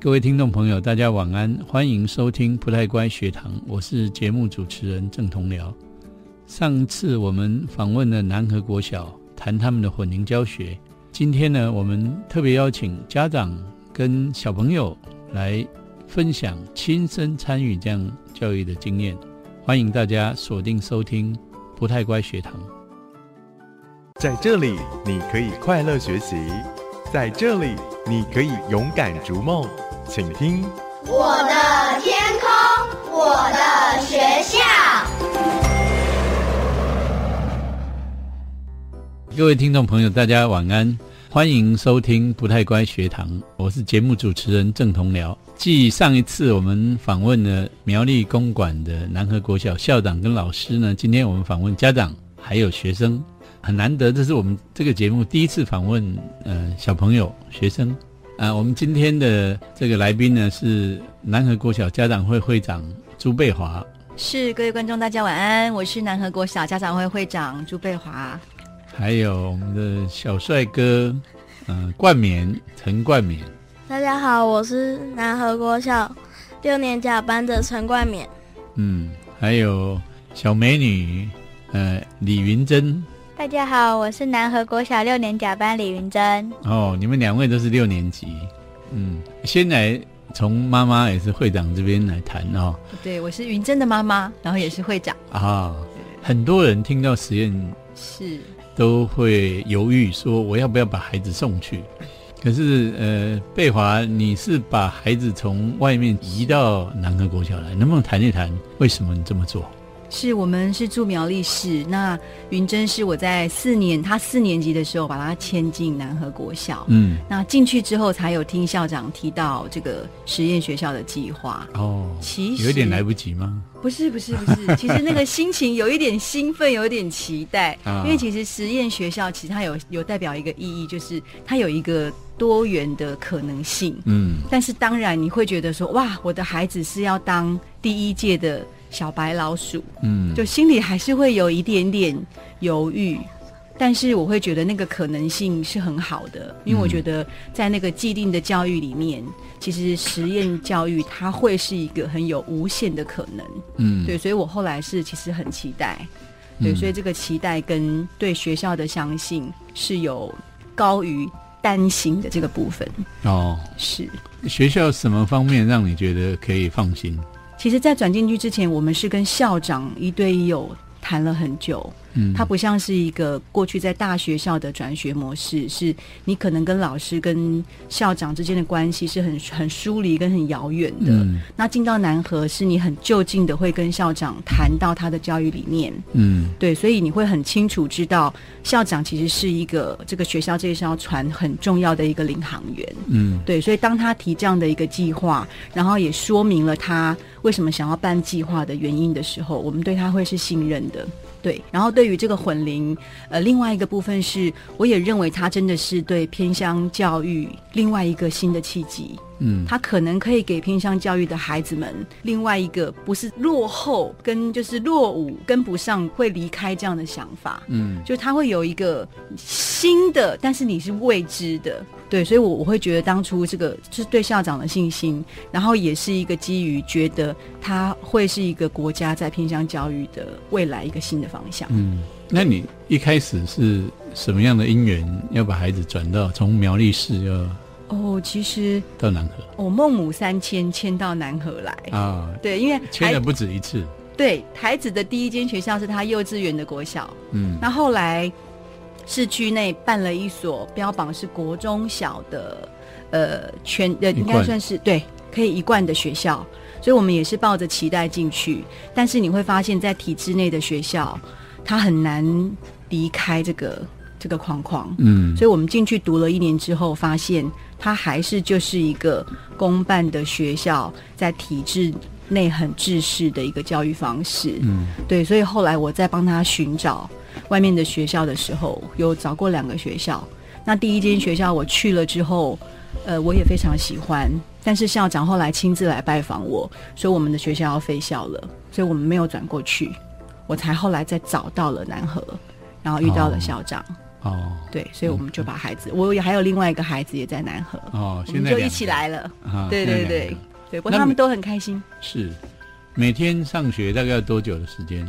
各位听众朋友，大家晚安，欢迎收听《不太乖学堂》，我是节目主持人郑同僚。上次我们访问了南河国小，谈他们的混龄教学。今天呢，我们特别邀请家长跟小朋友来分享亲身参与这样教育的经验。欢迎大家锁定收听《不太乖学堂》。在这里，你可以快乐学习；在这里，你可以勇敢逐梦。请听，我的天空，我的学校。各位听众朋友，大家晚安，欢迎收听《不太乖学堂》，我是节目主持人郑同僚。继上一次我们访问了苗栗公馆的南河国小校长跟老师呢，今天我们访问家长还有学生，很难得，这是我们这个节目第一次访问呃小朋友学生。啊、我们今天的这个来宾呢是南河国小家长会会长朱贝华，是各位观众，大家晚安，我是南河国小家长会会长朱贝华。还有我们的小帅哥，呃，冠冕陈冠冕。大家好，我是南河国校六年甲班的陈冠冕。嗯，还有小美女，呃，李云珍大家好，我是南河国小六年甲班李云珍。哦，你们两位都是六年级，嗯，先来从妈妈也是会长这边来谈哦，对，我是云珍的妈妈，然后也是会长。啊，很多人听到实验是，都会犹豫说我要不要把孩子送去，可是呃，贝华你是把孩子从外面移到南科国小来，能不能谈一谈为什么你这么做？是我们是住苗栗市，那云珍是我在四年，她四年级的时候把她迁进南河国小。嗯，那进去之后，才有听校长提到这个实验学校的计划。哦，其实有点来不及吗？不是不是不是，其实那个心情有一点兴奋，有一点期待， 啊因为其实实验学校其实它有有代表一个意义，就是它有一个多元的可能性。嗯，但是当然你会觉得说，哇，我的孩子是要当第一届的小白老鼠，嗯，就心里还是会有一点点犹豫。但是我会觉得那个可能性是很好的，因为我觉得在那个既定的教育里面，其实实验教育它会是一个很有无限的可能。嗯，对，所以我后来是其实很期待，对，嗯所以这个期待跟对学校的相信是有高于担心的这个部分。哦，是，学校什么方面让你觉得可以放心？其实，在转进去之前，我们是跟校长一对一有谈了很久，嗯，它不像是一个过去在大学校的转学模式，是你可能跟老师跟校长之间的关系是很很疏离跟很遥远的。嗯那进到南河，是你很就近的会跟校长谈到他的教育理念。嗯对，所以你会很清楚知道，校长其实是一个这个学校这一艘船很重要的一个领航员。嗯对，所以当他提这样的一个计划，然后也说明了他为什么想要办计划的原因的时候，我们对他会是信任的。对，然后对于这个混龄，呃，另外一个部分是，我也认为他真的是对偏乡教育另外一个新的契机。嗯他可能可以给偏向教育的孩子们另外一个不是落后跟就是落伍跟不上会离开这样的想法，嗯就他会有一个新的，但是你是未知的，对，所以我我会觉得当初这个就是对校长的信心，然后也是一个基于觉得他会是一个国家在偏向教育的未来一个新的方向。嗯。那你一开始是什么样的因缘要把孩子转到从苗栗市要哦，其实到南河我孟母三迁迁到南河来，啊？对，因为签孩了不止一次，对台子的第一间学校是他幼稚园的国小。嗯那后来市区内办了一所标榜是国中小的，呃，全呃一贯应该算是对可以一贯的学校，所以我们也是抱着期待进去。但是你会发现在体制内的学校，它很难离开这个这个框框。嗯所以我们进去读了一年之后，发现它还是就是一个公办的学校，在体制内很制式的一个教育方式。嗯对，所以后来我在帮他寻找外面的学校的时候，有找过两个学校。那第一间学校我去了之后，呃，我也非常喜欢，但是校长后来亲自来拜访我，说我们的学校要废校了，所以我们没有转过去，我才后来再找到了南河，然后遇到哦了校长。哦对，所以我们就把孩子，我也还有另外一个孩子也在南河，哦，我现们在就两一个起来了。啊，对现在对两对个对，不那过他你们都很开心。是每天上学大概要多久的时间？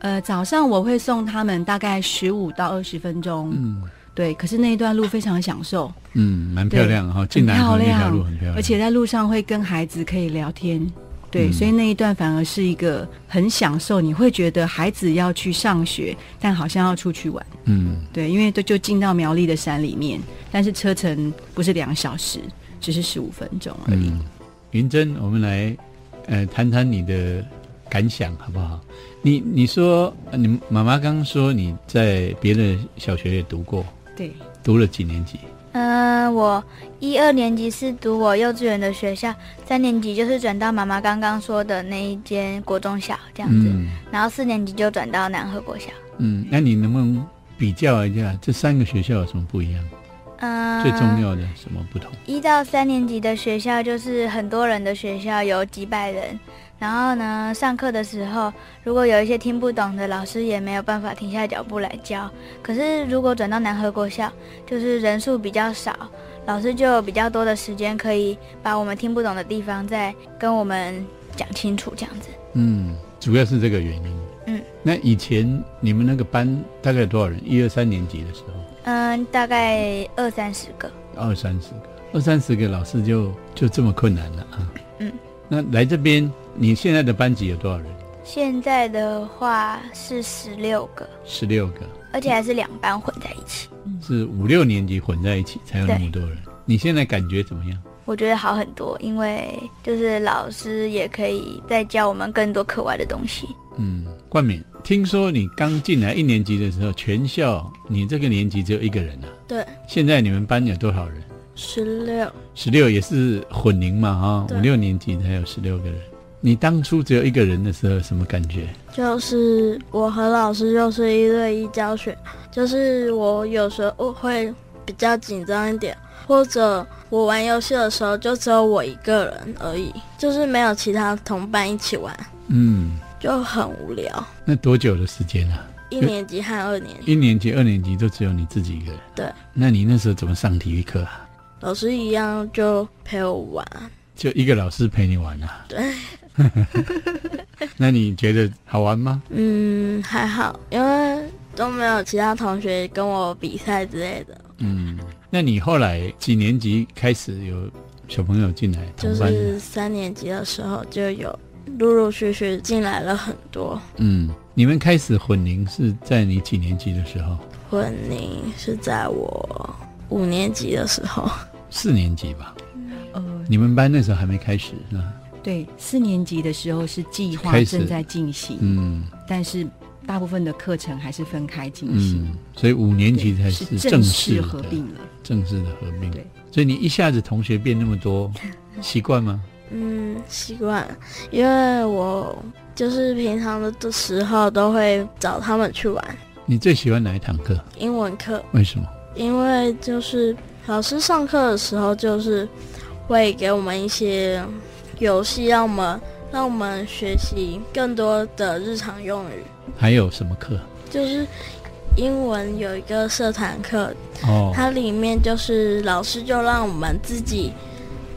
呃，早上我会送他们大概十五到二十分钟，嗯对。可是那一段路非常享受，嗯，蛮漂亮的哈，进很南漂河那条亮，路很漂亮，而且在路上会跟孩子可以聊天，对，嗯所以那一段反而是一个很享受。你会觉得孩子要去上学，但好像要出去玩，嗯对，因为都就进到苗栗的山里面，但是车程不是两小时，只是十五分钟而已。嗯，云珍，我们来呃谈谈你的感想好不好？你你说呃你妈妈刚说你在别的小学也读过，对，读了几年级？嗯，我一二年级是读我幼稚园的学校，三年级就是转到妈妈刚刚说的那一间国中小这样子，嗯然后四年级就转到南河国小。嗯，那你能不能比较一下这三个学校有什么不一样？嗯，最重要的什么不同？一到三年级的学校就是很多人的学校，有几百人。然后呢，上课的时候，如果有一些听不懂的，老师也没有办法停下脚步来教。可是如果转到南河国校，就是人数比较少，老师就有比较多的时间可以把我们听不懂的地方再跟我们讲清楚，这样子。嗯，主要是这个原因。嗯，那以前你们那个班大概有多少人？一二三年级的时候，嗯，大概二三十个。二三十个，二三十个老师就就这么困难了啊。嗯，那来这边，你现在的班级有多少人？现在的话是十六个，十六个，而且还是两班混在一起，是五六年级混在一起才有那么多人。你现在感觉怎么样？我觉得好很多，因为就是老师也可以再教我们更多课外的东西。嗯，冠冕，听说你刚进来一年级的时候，全校你这个年级只有一个人啊。对，现在你们班有多少人？十六，十六也是混龄嘛，哈、对五六年级才有十六个人。你当初只有一个人的时候，什么感觉？就是我和老师就是一对一教学，就是我有时候会比较紧张一点，或者我玩游戏的时候就只有我一个人而已，就是没有其他同伴一起玩，嗯，就很无聊。那多久的时间啊？一年级和二年级一年级、二年级都只有你自己一个人。对。那你那时候怎么上体育课啊？老师一样就陪我玩，就一个老师陪你玩啊？对。 那你觉得好玩吗？嗯，还好，因为都没有其他同学跟我比赛之类的，嗯。那你后来几年级开始有小朋友进来就同班？是三年级的时候就有陆陆续续进来了很多。嗯。你们开始混龄是在你几年级的时候？混龄是在我五年级的时候，四年级吧。呃，你们班那时候还没开始是吧？对，四年级的时候是计划开始正在进行，嗯但是大部分的课程还是分开进行。嗯，所以五年级才对是是正式式的合并，了，正式的合并。对，所以你一下子同学变那么多，习惯吗？嗯，习惯，因为我就是平常的时候都会找他们去玩你最喜欢哪一堂课？英文课，为什么？因为就是老师上课的时候，就是会给我们一些游戏，让我们让我们学习更多的日常用语。还有什么课？就是英文有一个社团课，哦，它里面就是老师就让我们自己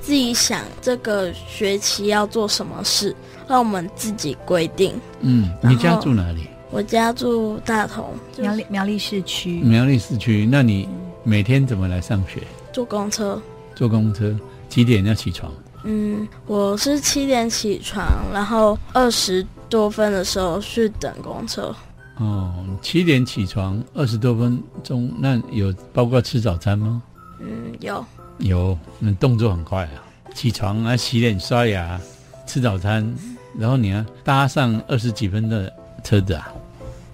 自己想这个学期要做什么事，让我们自己规定。嗯，然后你家住哪里？我家住大同，就苗是栗苗栗市区，苗栗市区。那你每天怎么来上学？坐公车。坐公车？几点要起床？嗯，我是七点起床，然后二十多分的时候去等公车。哦，七点起床，二十多分钟。那有包括吃早餐吗？嗯，有，有，那动作很快啊，起床啊，洗脸、刷牙、吃早餐，然后你啊搭上二十几分的车子啊，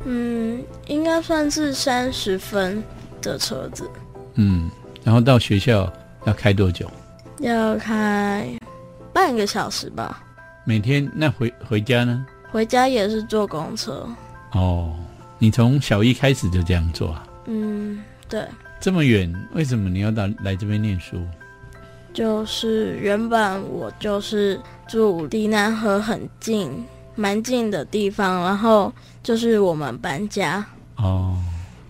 嗯，应该算是三十分的车子，嗯，然后到学校要开多久？要开半个小时吧。每天那回回家呢？回家也是坐公车。哦，你从小一开始就这样做啊？嗯，对，这么远，为什么你要到来这边念书？就是原本我就是住离南河很近，蛮近的地方，然后就是我们搬家。哦，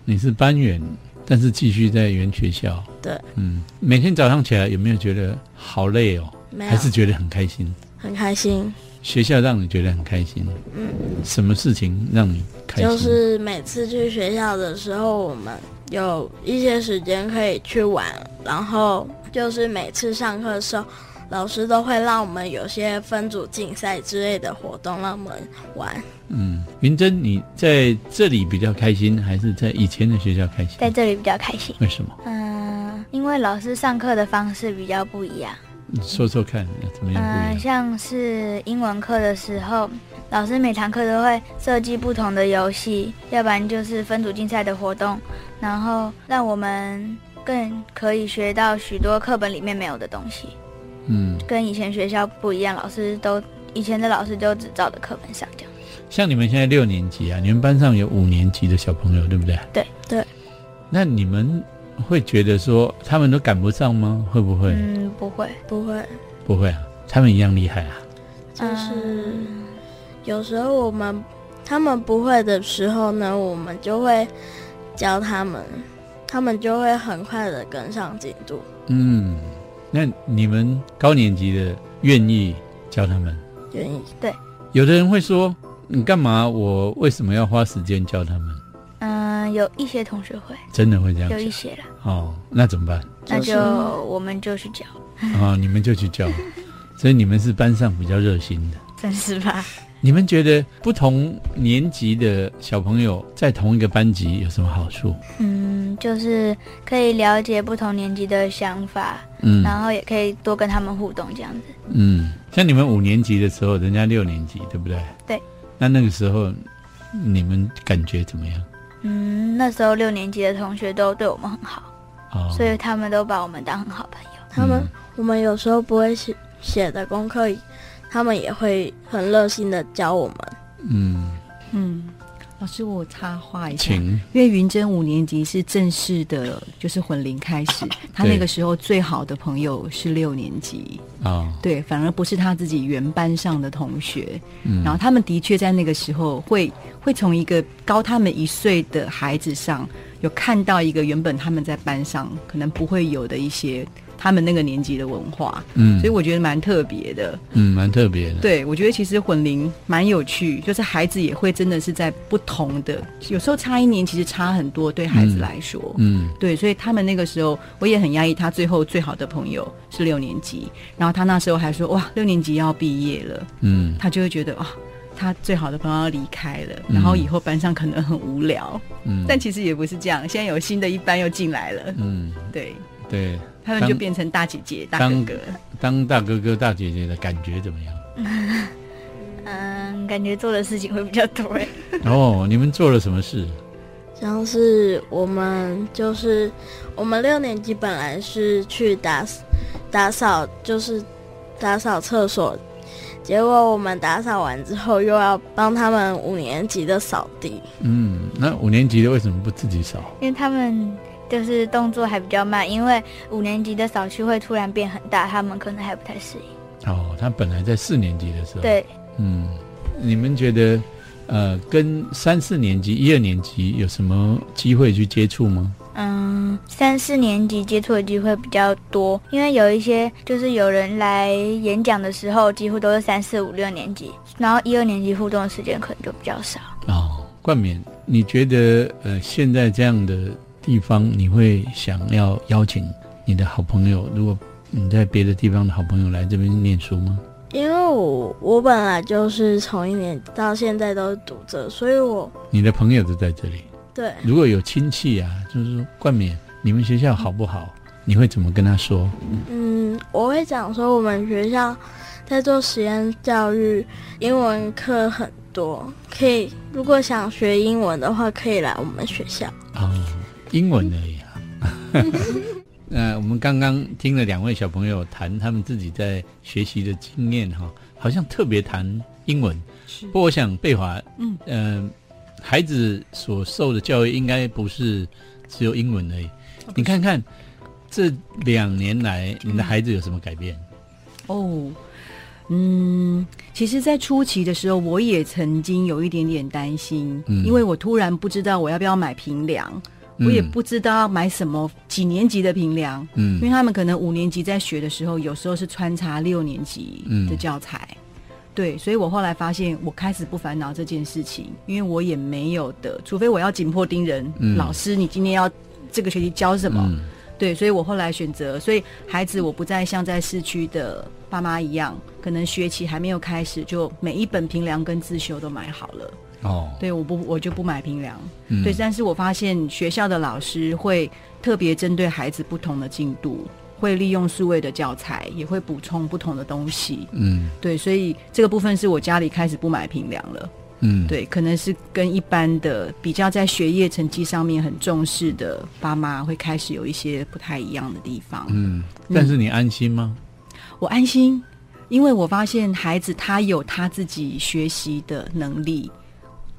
你是班员，但是继续在原学校。对，嗯，每天早上起来有没有觉得好累哦？没有还是觉得很开心？很开心，学校让你觉得很开心，嗯，什么事情让你开心？就是每次去学校的时候，我们有一些时间可以去玩，然后就是每次上课的时候，老师都会让我们有些分组竞赛之类的活动让我们玩。嗯，云珍，你在这里比较开心，还是在以前的学校开心？在这里比较开心。为什么？嗯，因为老师上课的方式比较不一样。你说说看，怎么样不一呃嗯，样？像是英文课的时候，老师每堂课都会设计不同的游戏，要不然就是分组竞赛的活动，然后让我们更可以学到许多课本里面没有的东西，嗯，跟以前学校不一样，老师都以前的老师就只照着课本上讲。像你们现在六年级啊，你们班上有五年级的小朋友，对不对？对对。那你们会觉得说他们都赶不上吗？会不会？嗯，不会，不会，不会啊，他们一样厉害啊。就是嗯有时候我们他们不会的时候呢，我们就会教他们，他们就会很快的跟上进度。嗯，那你们高年级的愿意教他们？愿意有的人会说，你干嘛？我为什么要花时间教他们？嗯，有一些同学会，真的会这样有一想些啦，哦？那怎么办？那就是就我们就去教，啊、你们就去 教，所以你们是班上比较热心的。真是吧？你们觉得不同年级的小朋友在同一个班级有什么好处？嗯，就是可以了解不同年级的想法，嗯啊然后也可以多跟他们互动这样子。嗯，像你们五年级的时候，人家六年级，对不对？对。那那个时候你们感觉怎么样？嗯，那时候六年级的同学都对我们很好，哦，所以他们都把我们当很好朋友。他们、嗯我们有时候不会写写的功课，他们也会很热心的教我们。嗯，嗯，老师，我插话一下，请因为云珍五年级是正式的，就是混龄开始，她那对个时候最好的朋友是六年级，哦，对，反而不是她自己原班上的同学。嗯然后他们的确在那个时候会会从一个高他们一岁的孩子上，有看到一个原本他们在班上可能不会有的一些他们那个年级的文化，嗯，所以我觉得蛮特别的。嗯蛮特别的。对，我觉得其实混龄蛮有趣，就是孩子也会真的是在不同的，有时候差一年其实差很多，对孩子嗯来说。嗯对，所以他们那个时候，我也很压抑。他最后最好的朋友是六年级，然后他那时候还说：“哇，六年级要毕业了。”嗯他就会觉得啊、他最好的朋友要离开了，然后以后班上可能很无聊。嗯，但其实也不是这样，现在有新的一班又进来了，嗯对对，他们就当变成大姐姐、大哥当哥。当大哥哥大姐姐的感觉怎么样？嗯，感觉做的事情会比较多 哎。哦，你们做了什么事？像是我们就是我们六年级本来是去打打扫，就是打扫厕所，结果我们打扫完之后又要帮他们五年级的扫地。嗯，那五年级的为什么不自己扫？因为他们就是动作还比较慢，因为五年级的扫区会突然变很大，他们可能还不太适应。哦，他本来在四年级的时候，，对，嗯，你们觉得，呃，跟三四年级、一二年级有什么机会去接触吗？嗯，三四年级接触的机会比较多，因为有一些就是有人来演讲的时候，几乎都是三四五六年级，然后一二年级互动的时间可能就比较少。哦，冠冕，你觉得，呃，现在这样的地方，你会想要邀请你的好朋友，如果你在别的地方的好朋友来这边念书吗？因为我我本来就是从一年级到现在都是读者，所以我你的朋友都在这里，对如果有亲戚啊，就是说冠冕，你们学校好不好？你会怎么跟他说？嗯，我会讲说我们学校在做实验教育，英文课很多，可以如果想学英文的话，可以来我们学校。哦，英文而已啊。 那我们刚刚听了两位小朋友谈他们自己在学习的经验哈，好像特别谈英文。不过我想贝华，嗯嗯、孩子所受的教育应该不是只有英文而哦已。你看看这两年来，你的孩子有什么改变？哦，嗯，其实，在初期的时候，我也曾经有一点点担心，嗯因为我突然不知道我要不要买平凉。我也嗯不知道要买什么几年级的平凉，因为嗯他们可能五年级在学的时候，有时候是穿插六年级的教嗯材。对，所以我后来发现，我开始不烦恼这件事情，因为我也没有的，除非我要紧迫盯人，嗯老师你今天要这个学期教什么？嗯对，所以我后来选择，所以孩子我不再像在市区的爸妈一样，可能学期还没有开始就每一本平凉跟自修都买好了。哦，对，我不我就不买平凉。嗯对，但是我发现学校的老师会特别针对孩子不同的进度，会利用数位的教材，也会补充不同的东西。嗯对，所以这个部分是我家里开始不买平凉了。嗯，对，可能是跟一般的比较在学业成绩上面很重视的爸妈会开始有一些不太一样的地方。嗯，但是你安心吗？我安心，因为我发现孩子他有他自己学习的能力，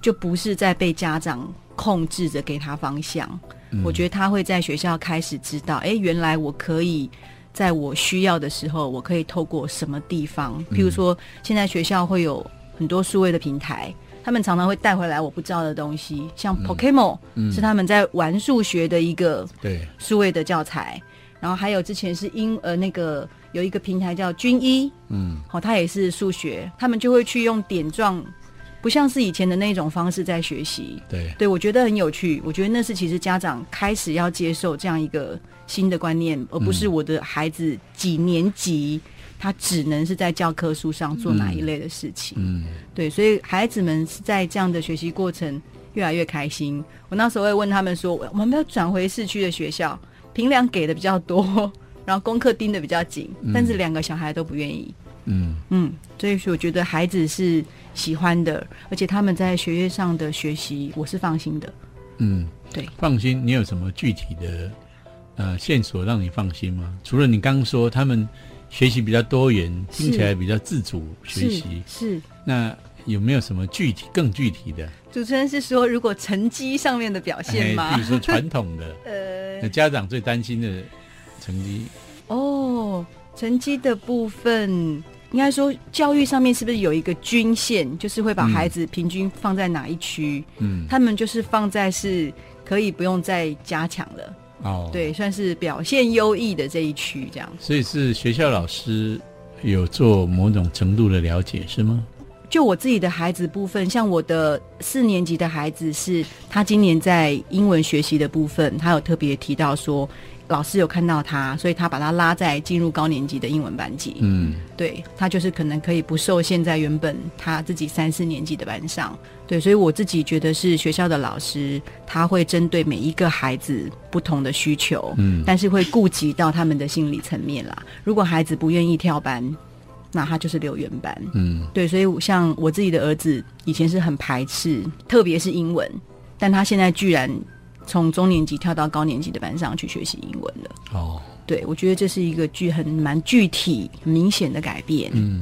就不是在被家长控制着给他方向。嗯我觉得他会在学校开始知道，诶，原来我可以。在我需要的时候，我可以透过什么地方？嗯譬如说，现在学校会有很多数位的平台，他们常常会带回来我不知道的东西，像 Pokemon、嗯是他们在玩数学的一个对，数位的教材，然后还有之前是英呃那个有一个平台叫军医，嗯哦，它也是数学，他们就会去用点状，不像是以前的那种方式在学习。对，对，我觉得很有趣。我觉得那是其实家长开始要接受这样一个新的观念，而不是我的孩子几年级，他只能是在教科书上做哪一类的事情。嗯对，所以孩子们是在这样的学习过程越来越开心。我那时候会问他们说，我我们要转回市区的学校，平量给的比较多，然后功课盯的比较紧，但是两个小孩都不愿意。嗯嗯，所以说我觉得孩子是喜欢的，而且他们在学业上的学习，我是放心的。嗯，对，放心，你有什么具体的呃线索让你放心吗？除了你刚说他们学习比较多元，是听起来比较自主学是习，是，那有没有什么具体更具体的？主持人是说如果成绩上面的表现吗？哎比如说传统 的，呃那，家长最担心的成绩，哦，成绩的部分，应该说教育上面是不是有一个均线，就是会把嗯孩子平均放在哪一区？嗯，他们就是放在是可以不用再加强了，哦，对，算是表现优异的这一区这样。所以是学校老师有做某种程度的了解，是吗？就我自己的孩子部分，像我的四年级的孩子是，他今年在英文学习的部分，他有特别提到说，老师有看到他，所以他把他拉在进入高年级的英文班级。嗯对他就是可能可以不受限在原本他自己三四年级的班上，对，所以我自己觉得是学校的老师他会针对每一个孩子不同的需求，嗯但是会顾及到他们的心理层面啦。如果孩子不愿意跳班，那他就是留原班，嗯对，所以我像我自己的儿子以前是很排斥，特别是英文，但他现在居然从中年级跳到高年级的班上去学习英文了。哦对，我觉得这是一个具很蛮具体、很明显的改变。嗯，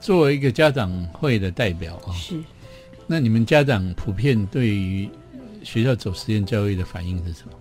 作为一个家长会的代表啊、是那你们家长普遍对于学校走实验教育的反应是什么？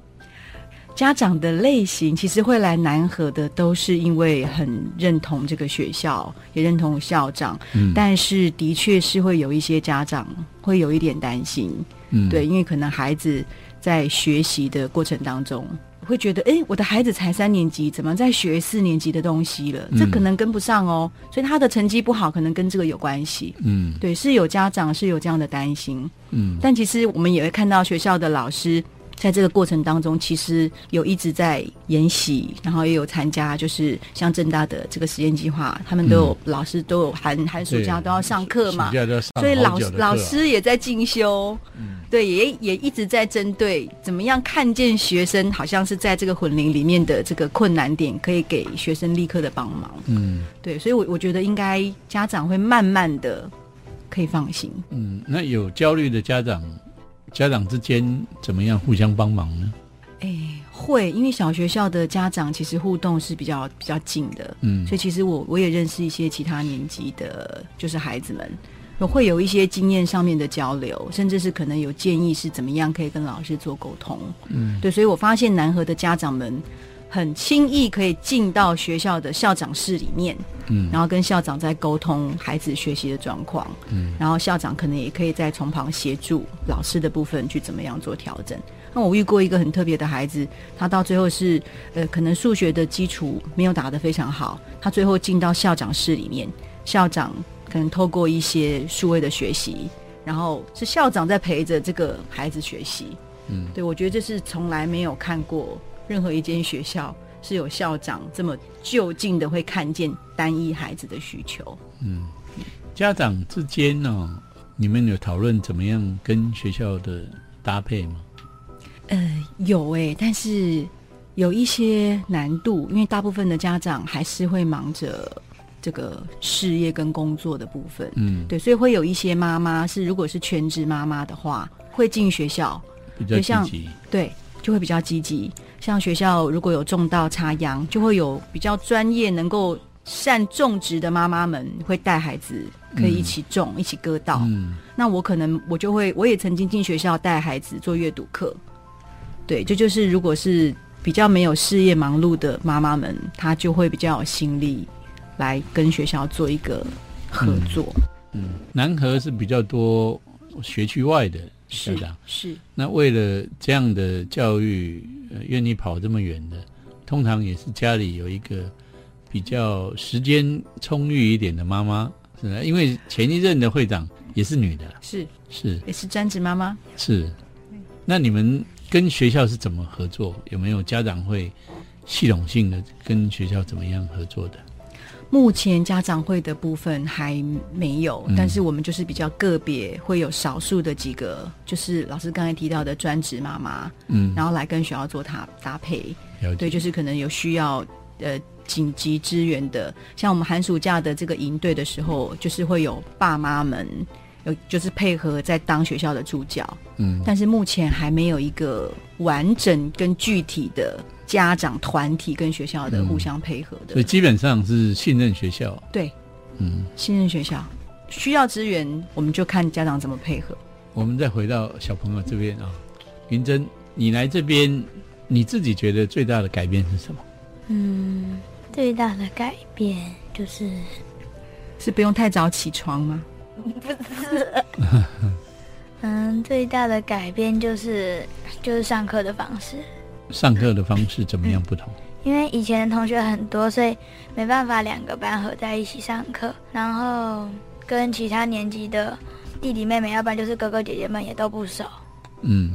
家长的类型，其实会来南河的都是因为很认同这个学校，也认同校长，嗯但是的确是会有一些家长会有一点担心，嗯对，因为可能孩子在学习的过程当中。会觉得，诶，我的孩子才三年级，怎么在学四年级的东西了？这嗯可能跟不上哦，所以他的成绩不好，可能跟这个有关系。嗯对，是有家长是有这样的担心，嗯但其实我们也会看到学校的老师在这个过程当中，其实有一直在研习，然后也有参加，就是像正大的这个实验计划，他们都有、老师都有寒寒暑假嗯对都要上课嘛暑，假都要上所以老好久的课嗯啊老师也在进修，对，也也一直在针对怎么样看见学生好像是在这个混龄里面的这个困难点，可以给学生立刻的帮忙，嗯对，所以我我觉得应该家长会慢慢的可以放心。嗯，那有焦虑的家长，家长之间怎么样互相帮忙呢？哎，会，因为小学校的家长其实互动是比较比较近的，嗯所以其实我我也认识一些其他年级的，就是孩子们，我会有一些经验上面的交流，甚至是可能有建议是怎么样可以跟老师做沟通，嗯，对，所以我发现南河的家长们很轻易可以进到学校的校长室里面，嗯然后跟校长在沟通孩子学习的状况，嗯，然后校长可能也可以在从旁协助老师的部分去怎么样做调整。那我遇过一个很特别的孩子，他到最后是呃，可能数学的基础没有打得非常好，他最后进到校长室里面，校长可能透过一些数位的学习，然后是校长在陪着这个孩子学习。嗯，对，我觉得这是从来没有看过任何一间学校是有校长这么就近的会看见单一孩子的需求。家长之间哦，你们有讨论怎么样跟学校的搭配吗？呃，有诶、但是有一些难度，因为大部分的家长还是会忙着这个事业跟工作的部分。嗯，对，所以会有一些妈妈是，如果是全职妈妈的话，会进学校，比较就像积极。对，就会比较积极。像学校如果有种稻插秧，就会有比较专业、能够善种植的妈妈们会带孩子可以一起种、一起割稻。嗯，那我可能我就会，我也曾经进学校带孩子做阅读课。对，这就是如果是比较没有事业忙碌的妈妈们，她就会比较有心力来跟学校做一个合嗯作。南河是比较多学区外的校是长，是，那为了这样的教育，呃，愿意跑这么远的，通常也是家里有一个比较时间充裕一点的妈妈，是的因为前一任的会长也是女的，是是也是专职妈妈。是。那你们跟学校是怎么合作？有没有家长会系统性的跟学校怎么样合作的？目前家长会的部分还没有，嗯但是我们就是比较个别，会有少数的几个，就是老师刚才提到的专职妈妈，嗯，然后来跟学校做搭搭配。了解对，。就是可能有需要呃紧急支援的，像我们寒暑假的这个营队的时候，就是会有爸妈们有就是配合在当学校的助教，嗯，但是目前还没有一个完整跟具体的家长团体跟学校的嗯互相配合的。所以基本上是信任学校。对，嗯，信任学校需要资源，我们就看家长怎么配合。我们再回到小朋友这边啊，云珍，你来这边，你自己觉得最大的改变是什么？嗯，最大的改变就是是不用太早起床吗？嗯，最大的改变就是就是上课的方式，上课的方式怎么样不同？因为以前的同学很多，所以没办法两个班合在一起上课，然后跟其他年级的弟弟妹妹，要不然就是哥哥姐姐们也都不熟。嗯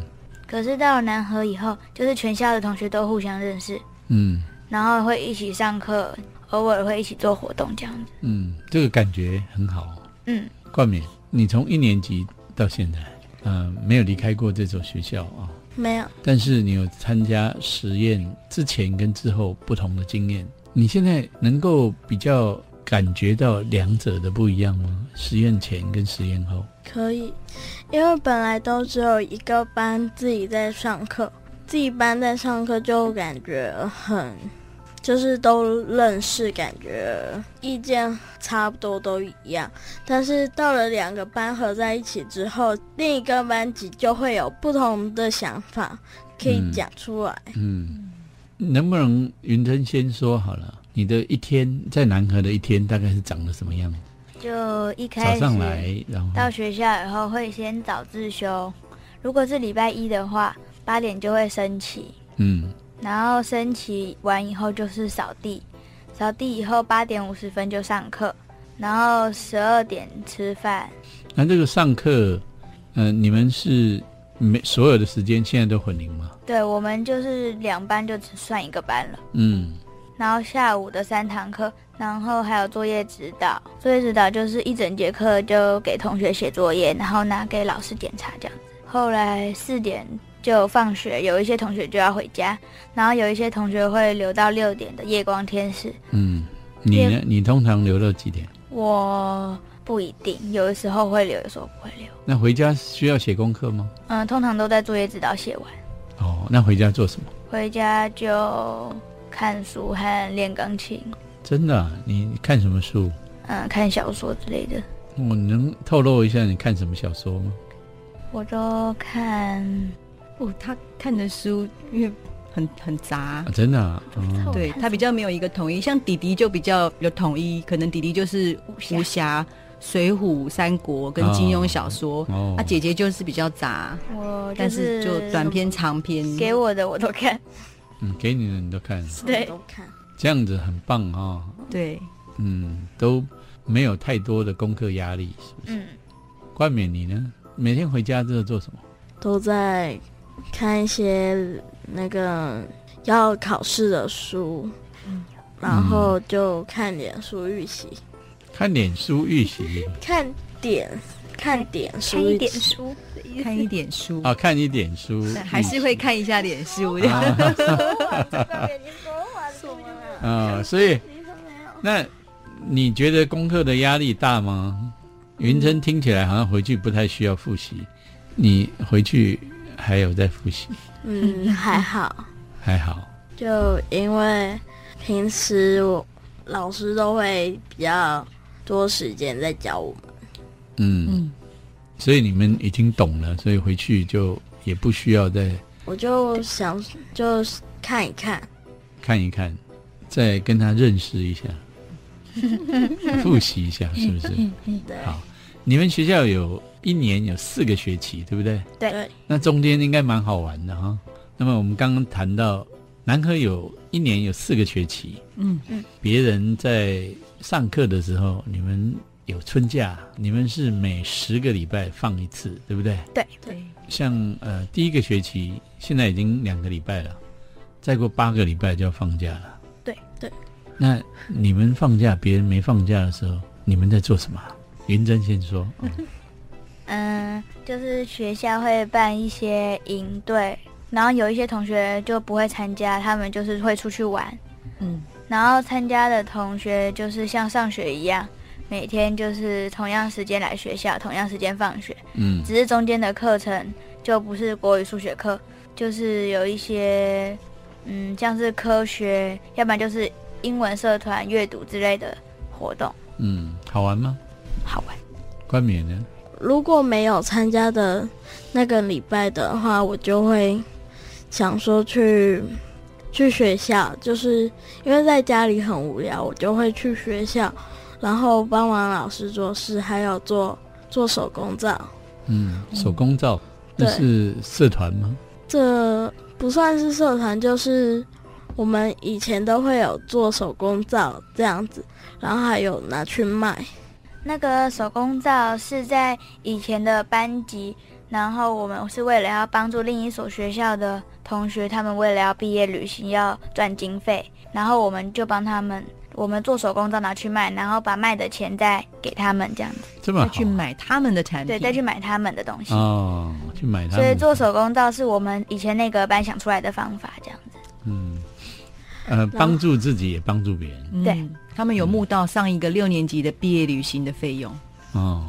可是到了南河以后，就是全校的同学都互相认识，嗯然后会一起上课，偶尔会一起做活动这样子。嗯，这个感觉很好。嗯，冠冕，你从一年级到现在，嗯、没有离开过这所学校啊、没有，但是你有参加实验之前跟之后不同的经验，你现在能够比较感觉到两者的不一样吗？实验前跟实验后，可以，因为本来都只有一个班自己在上课，自己班在上课就感觉很，就是都认识，感觉意见差不多都一样。但是到了两个班合在一起之后，另一个班级就会有不同的想法可以嗯讲出来。嗯，能不能云珍先说好了？你的一天在南河的一天大概是长得什么样？就一开早始上来，然后到学校以后会先早自修，如果是礼拜一的话，八点就会升旗，嗯然后升旗完以后就是扫地，扫地以后八点五十分就上课，然后十二点吃饭。那这个上课，嗯、你们是没所有的时间现在都混龄吗？对我们就是两班就只算一个班了，嗯，然后下午的三堂课，然后还有作业指导。作业指导就是一整节课就给同学写作业，然后拿给老师检查这样子。后来四点就放学，有一些同学就要回家，然后有一些同学会留到六点的夜光天使。嗯，你呢？你通常留到几点？我不一定，有的时候会留，有的时候不会留。那回家需要写功课吗？嗯，通常都在作业指导写完，哦，那回家做什么？回家就看书和练钢琴，真的啊、你看什么书？嗯，看小说之类的。我能透露一下你看什么小说吗？我都看，哦，他看的书因为很很杂啊，，真的啊、哦对看他比较没有一个统一，像弟弟就比较有统一，可能弟弟就是武侠武侠，水浒、三国跟金庸小说。哦，啊，姐姐就是比较杂，我但是是就短篇、长篇。给我的我都看，嗯，给你的你都看，对都看。这样子很棒哈、 对，嗯，都没有太多的功课压力。嗯，冠冕你呢？每天回家之后做什么？都在看一些那个要考试的书，然后就看脸书预习，看脸书预习嗯看点看点书看一预点习书的意思看一点书，啊，看一点书，还是会看一下脸书。啊、所以那你觉得功课的压力大吗？云珍听起来好像回去不太需要复习，你回去还有在复习，嗯，还好，还好。就因为平时我老师都会比较多时间在教我们，嗯，嗯所以你们已经懂了，所以回去就也不需要再我就想就看一看，看一看，再跟他认识一下，复习一下，是不是？对好你们学校有一年有四个学期，对不对？对。那中间应该蛮好玩的哈。那么我们刚刚谈到南科有一年有四个学期，嗯别人在上课的时候，你们有春假，你们是每十个礼拜放一次，对不对？ 对，像呃第一个学期现在已经两个礼拜了，再过八个礼拜就要放假了。对对。那你们放假，别人没放假的时候，你们在做什么啊？云珍先说。嗯嗯，就是学校会办一些营队，然后有一些同学就不会参加，他们就是会出去玩。嗯然后参加的同学就是像上学一样，每天就是同样时间来学校，同样时间放学，嗯只是中间的课程就不是国语、数学课，就是有一些，嗯，像是科学，要不然就是英文社团、阅读之类的活动，嗯，好玩吗？好玩。冠冕呢？如果没有参加的那个礼拜的话，我就会想说去去学校，就是因为在家里很无聊，我就会去学校，然后帮忙老师做事，还有做做手工皂。嗯，手工皂，那对是社团吗？这不算是社团，就是我们以前都会有做手工皂这样子，然后还有拿去卖。那个手工皂是在以前的班级，然后我们是为了要帮助另一所学校的同学，他们为了要毕业旅行要赚经费，然后我们就帮他们，我们做手工皂拿去卖，然后把卖的钱再给他们这样子，这么好再啊，去买他们的产品，对，再去买他们的东西。哦，去买它。所以做手工皂是我们以前那个班想出来的方法，这样子。嗯，嗯呃，帮助自己也帮助别人嗯对他们有募到上一个六年级的毕业旅行的费用。哦。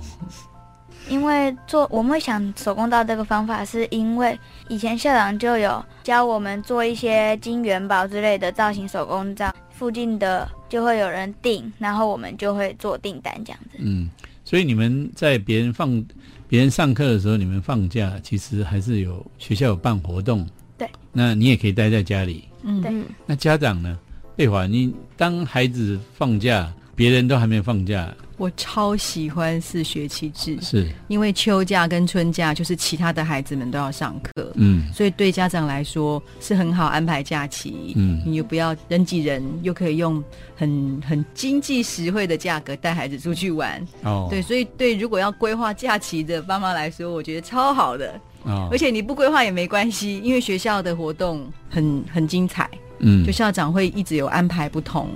因为做我们会想手工皂这个方法，是因为以前校长就有教我们做一些金元宝之类的造型手工皂，附近的就会有人订，然后我们就会做订单这样子。嗯，所以你们在别人放别人上课的时候，你们放假其实还是有学校有办活动，对，那你也可以待在家里。嗯对嗯，那家长呢？贝华，你当孩子放假，别人都还没放假，我超喜欢四学期制，是，因为秋假跟春假就是其他的孩子们都要上课，嗯所以对家长来说是很好安排假期。嗯你又不要人挤人，又可以用很很经济实惠的价格带孩子出去玩。哦，对，所以对如果要规划假期的爸妈来说，我觉得超好的。哦，而且你不规划也没关系，因为学校的活动很很精彩，嗯就校长会一直有安排不同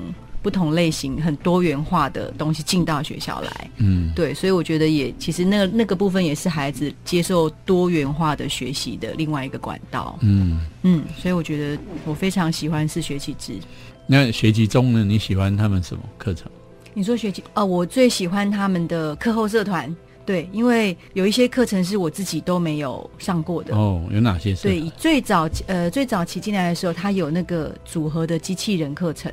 不同类型、很多元化的东西进到学校来。嗯对，所以我觉得也其实那个那个部分也是孩子接受多元化的学习的另外一个管道。嗯，嗯，所以我觉得我非常喜欢是学期制。那学期中呢？你喜欢他们什么课程？你说学期哦，我最喜欢他们的课后社团。对，因为有一些课程是我自己都没有上过的。哦，有哪些社对团？，最早呃最早期进来的时候，它有那个组合的机器人课程。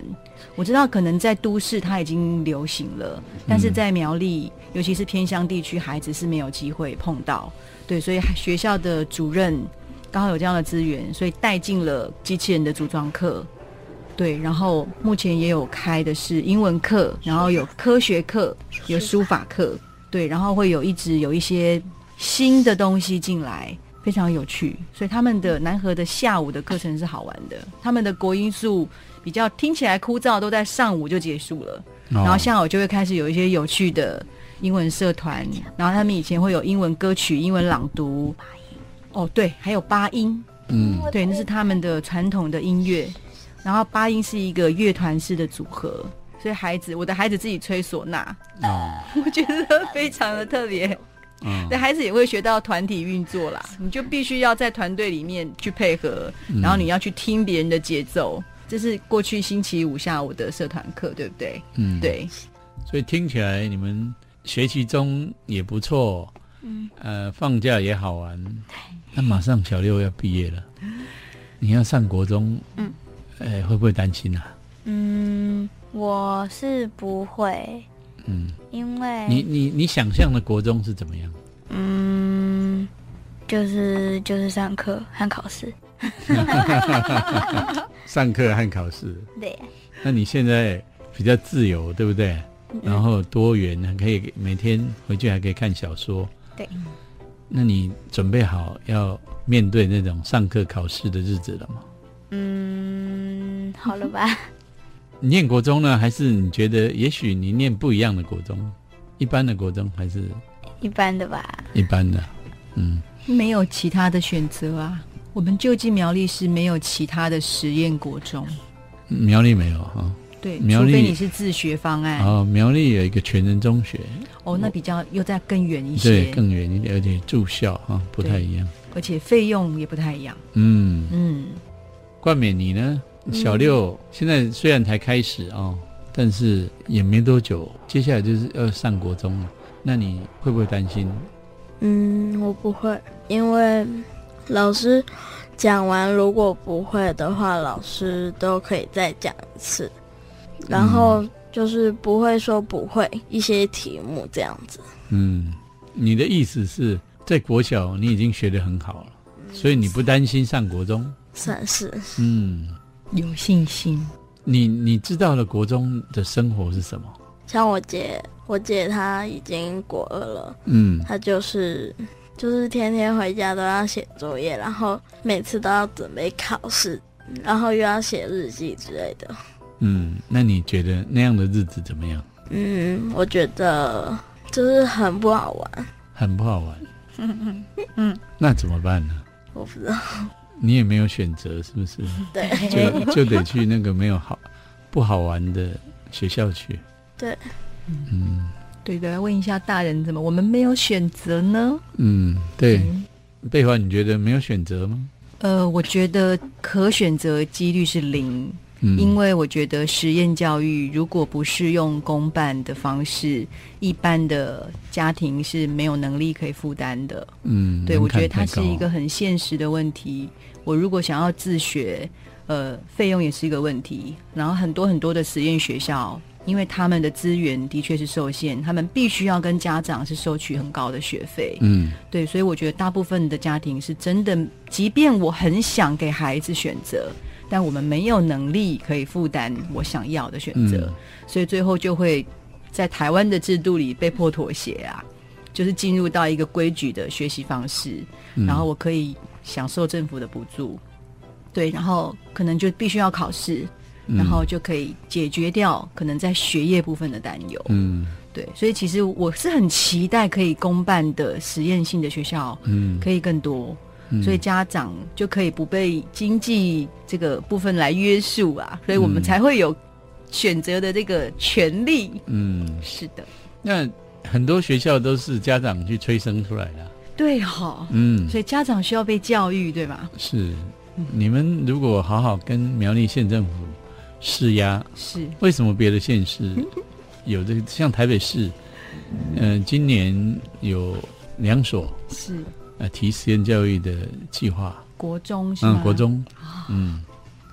我知道可能在都市它已经流行了，但是在苗栗，尤其是偏乡地区，孩子是没有机会碰到。对，所以学校的主任刚好有这样的资源，所以带进了机器人的组装课。对，然后目前也有开的是英文课，然后有科学课，有书法课，对，然后会有一直有一些新的东西进来，非常有趣。所以他们的南河的下午的课程是好玩的，他们的国音素比较听起来枯燥，都在上午就结束了，哦然后下午就会开始有一些有趣的英文社团，然后他们以前会有英文歌曲、英文朗读，哦对，还有八音，嗯对，那是他们的传统的音乐。然后八音是一个乐团式的组合，所以孩子，我的孩子自己吹唢呐，哦 我觉得非常的特别。嗯对，孩子也会学到团体运作啦，你就必须要在团队里面去配合，嗯然后你要去听别人的节奏。这是过去星期五下午的社团课，对不对？嗯，对，所以听起来你们学期中也不错，嗯，呃，放假也好玩。那马上小六要毕业了，嗯你要上国中，嗯，哎，会不会担心啊？嗯，我是不会，嗯，因哎为你你你想象的国中是怎么样？嗯，就是就是上课和考试，上课和考试，对，那你现在比较自由，对不对？然后多元，还可以每天回去还可以看小说。对。那你准备好要面对那种上课考试的日子了吗？嗯，好 了吧，你念国中呢，还是你觉得也许你念不一样的国中，一般的国中还是一般的吧，一般的？嗯，没有其他的选择啊。我们就近苗栗是没有其他的实验国中，苗栗没有哈，对，苗除栗非你是自学方哦，案，哦苗栗有一个全人中学，哦，那比较又再更远一对，些，更远一点，而且住校哈、不太一样。而且费用也不太一样。嗯，嗯，冠冕你呢？小六、现在虽然才开始哦，但是也没多久，接下来就是要上国中了，那你会不会担心？嗯，我不会，因为老师讲完，如果不会的话，老师都可以再讲一次。然后就是不会说不会一些题目这样子。嗯，你的意思是在国小你已经学得很好了，所以你不担心上国中？算是嗯，有信心。你你知道了国中的生活是什么？像我姐，我姐她已经国二了，嗯，她就是就是天天回家都要写作业，然后每次都要准备考试，然后又要写日记之类的。嗯，那你觉得那样的日子怎么样？嗯，我觉得就是很不好玩，很不好玩。嗯嗯，那怎么办呢？我不知道。你也没有选择，是不是？对，就就得去那个没有好不好玩的学校去。对，嗯对的，来问一下大人怎么我们没有选择呢？嗯，对。嗯贝华，你觉得没有选择吗？呃，我觉得可选择几率是零，嗯，因为我觉得实验教育如果不是用公办的方式，一般的家庭是没有能力可以负担的。嗯，对，我觉得门槛太它是高一个很现实的问题。我如果想要自学，呃，费用也是一个问题。然后很多很多的实验学校，因为他们的资源的确是受限，他们必须要跟家长是收取很高的学费。嗯对，所以我觉得大部分的家庭是真的，即便我很想给孩子选择，但我们没有能力可以负担我想要的选择。嗯所以最后就会在台湾的制度里被迫妥协啊，就是进入到一个规矩的学习方式，嗯然后我可以享受政府的补助，对，然后可能就必须要考试，嗯然后就可以解决掉可能在学业部分的担忧，嗯对，所以其实我是很期待可以公办的实验性的学校嗯，可以更多。嗯所以家长就可以不被经济这个部分来约束啊，所以我们嗯才会有选择的这个权利。嗯，是的，那很多学校都是家长去催生出来的啊。对哈、嗯，所以家长需要被教育，对吧？是，你们如果好好跟苗栗县政府施压，是，为什么别的县市有这个像台北市，呃，今年有两所是呃提实验教育的计划，国中是吗？嗯，国中，嗯，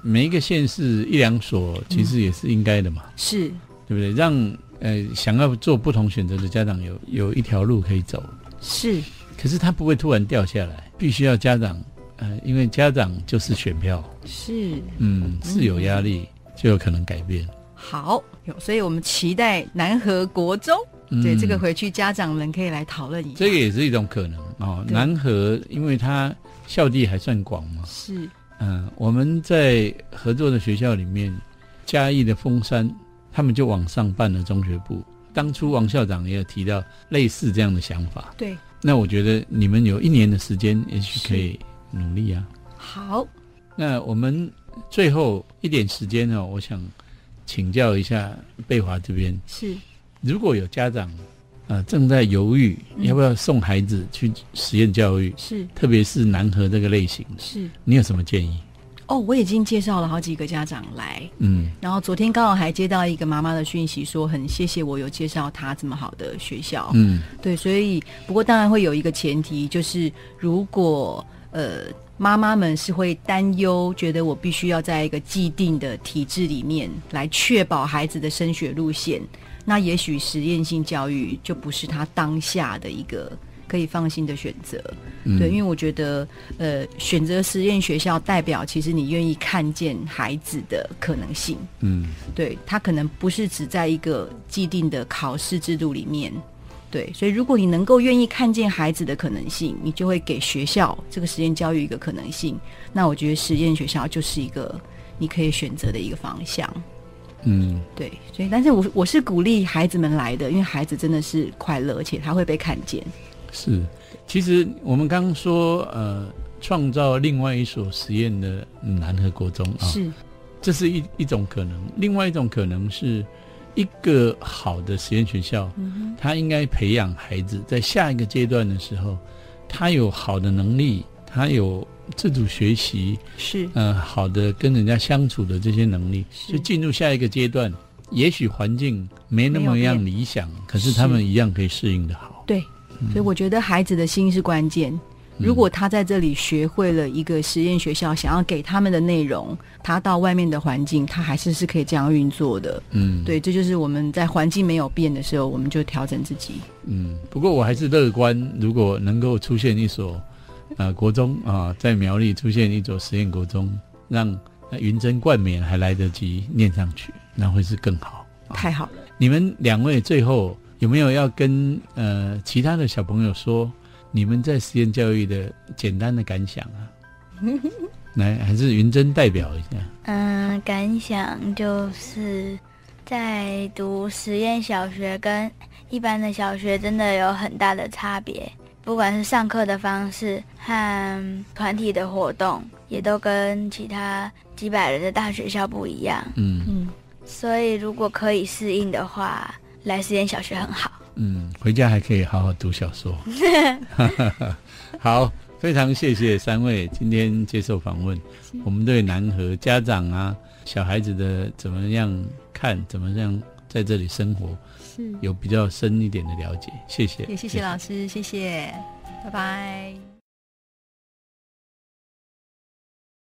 每一个县市一两所其实也是应该的嘛，是对不对？让呃想要做不同选择的家长有有一条路可以走，是可是他不会突然掉下来，必须要家长，呃，因为家长就是选票。是，嗯，是有压力就有可能改变。好有，所以我们期待南河国中嗯对，这个回去家长们可以来讨论一下。这个也是一种可能哦。对南河因为它校地还算广嘛，是嗯，我们在合作的学校里面，嘉义的峰山，他们就往上办了中学部。当初王校长也有提到类似这样的想法。对，那我觉得你们有一年的时间，也许可以努力啊。好，那我们最后一点时间呢、哦，我想请教一下贝华这边，是如果有家长呃正在犹豫嗯要不要送孩子去实验教育，是特别是南河这个类型的，是。你有什么建议？哦，我已经介绍了好几个家长来，嗯然后昨天刚好还接到一个妈妈的讯息，说很谢谢我有介绍她这么好的学校。嗯对，所以不过当然会有一个前提，就是如果呃妈妈们是会担忧，觉得我必须要在一个既定的体制里面来确保孩子的升学路线，那也许实验性教育就不是他当下的一个。可以放心的选择，嗯，对，因为我觉得，呃，选择实验学校代表其实你愿意看见孩子的可能性，嗯。对他可能不是只在一个既定的考试制度里面。对，所以如果你能够愿意看见孩子的可能性，你就会给学校这个实验教育一个可能性。那我觉得实验学校就是一个你可以选择的一个方向。嗯对，所以但是我我是鼓励孩子们来的，因为孩子真的是快乐，而且他会被看见。，是。其实我们刚刚说，呃，创造另外一所实验的南和国中啊，是这是一一种可能。另外一种可能是，一个好的实验学校，嗯它应该培养孩子在下一个阶段的时候，他有好的能力，他有自主学习，是呃，好的跟人家相处的这些能力，是就进入下一个阶段。也许环境没那没有么样变理想，可是他是们一样可以适应的好。对，所以我觉得孩子的心是关键。如果他在这里学会了一个实验学校想要给他们的内容，他到外面的环境，他还是是可以这样运作的。嗯，对，这就是我们在环境没有变的时候，我们就调整自己。嗯，不过我还是乐观，如果能够出现一所呃国中啊、在苗栗出现一所实验国中，让、呃云珍冠冕还来得及念上去，那会是更好。太好了，你们两位最后有没有要跟呃其他的小朋友说你们在实验教育的简单的感想啊？来，还是云珍代表一下。嗯，感想就是在读实验小学跟一般的小学真的有很大的差别，不管是上课的方式和团体的活动，也都跟其他几百人的大学校不一样。嗯嗯，所以如果可以适应的话，来实验小学很好。嗯，回家还可以好好读小 说。好，非常谢谢三位今天接受访问。我们对南和家长啊、小孩子的怎么样看、怎么样在这里生活，是，有比较深一点的了解。谢谢，也谢谢老师，谢谢，拜拜。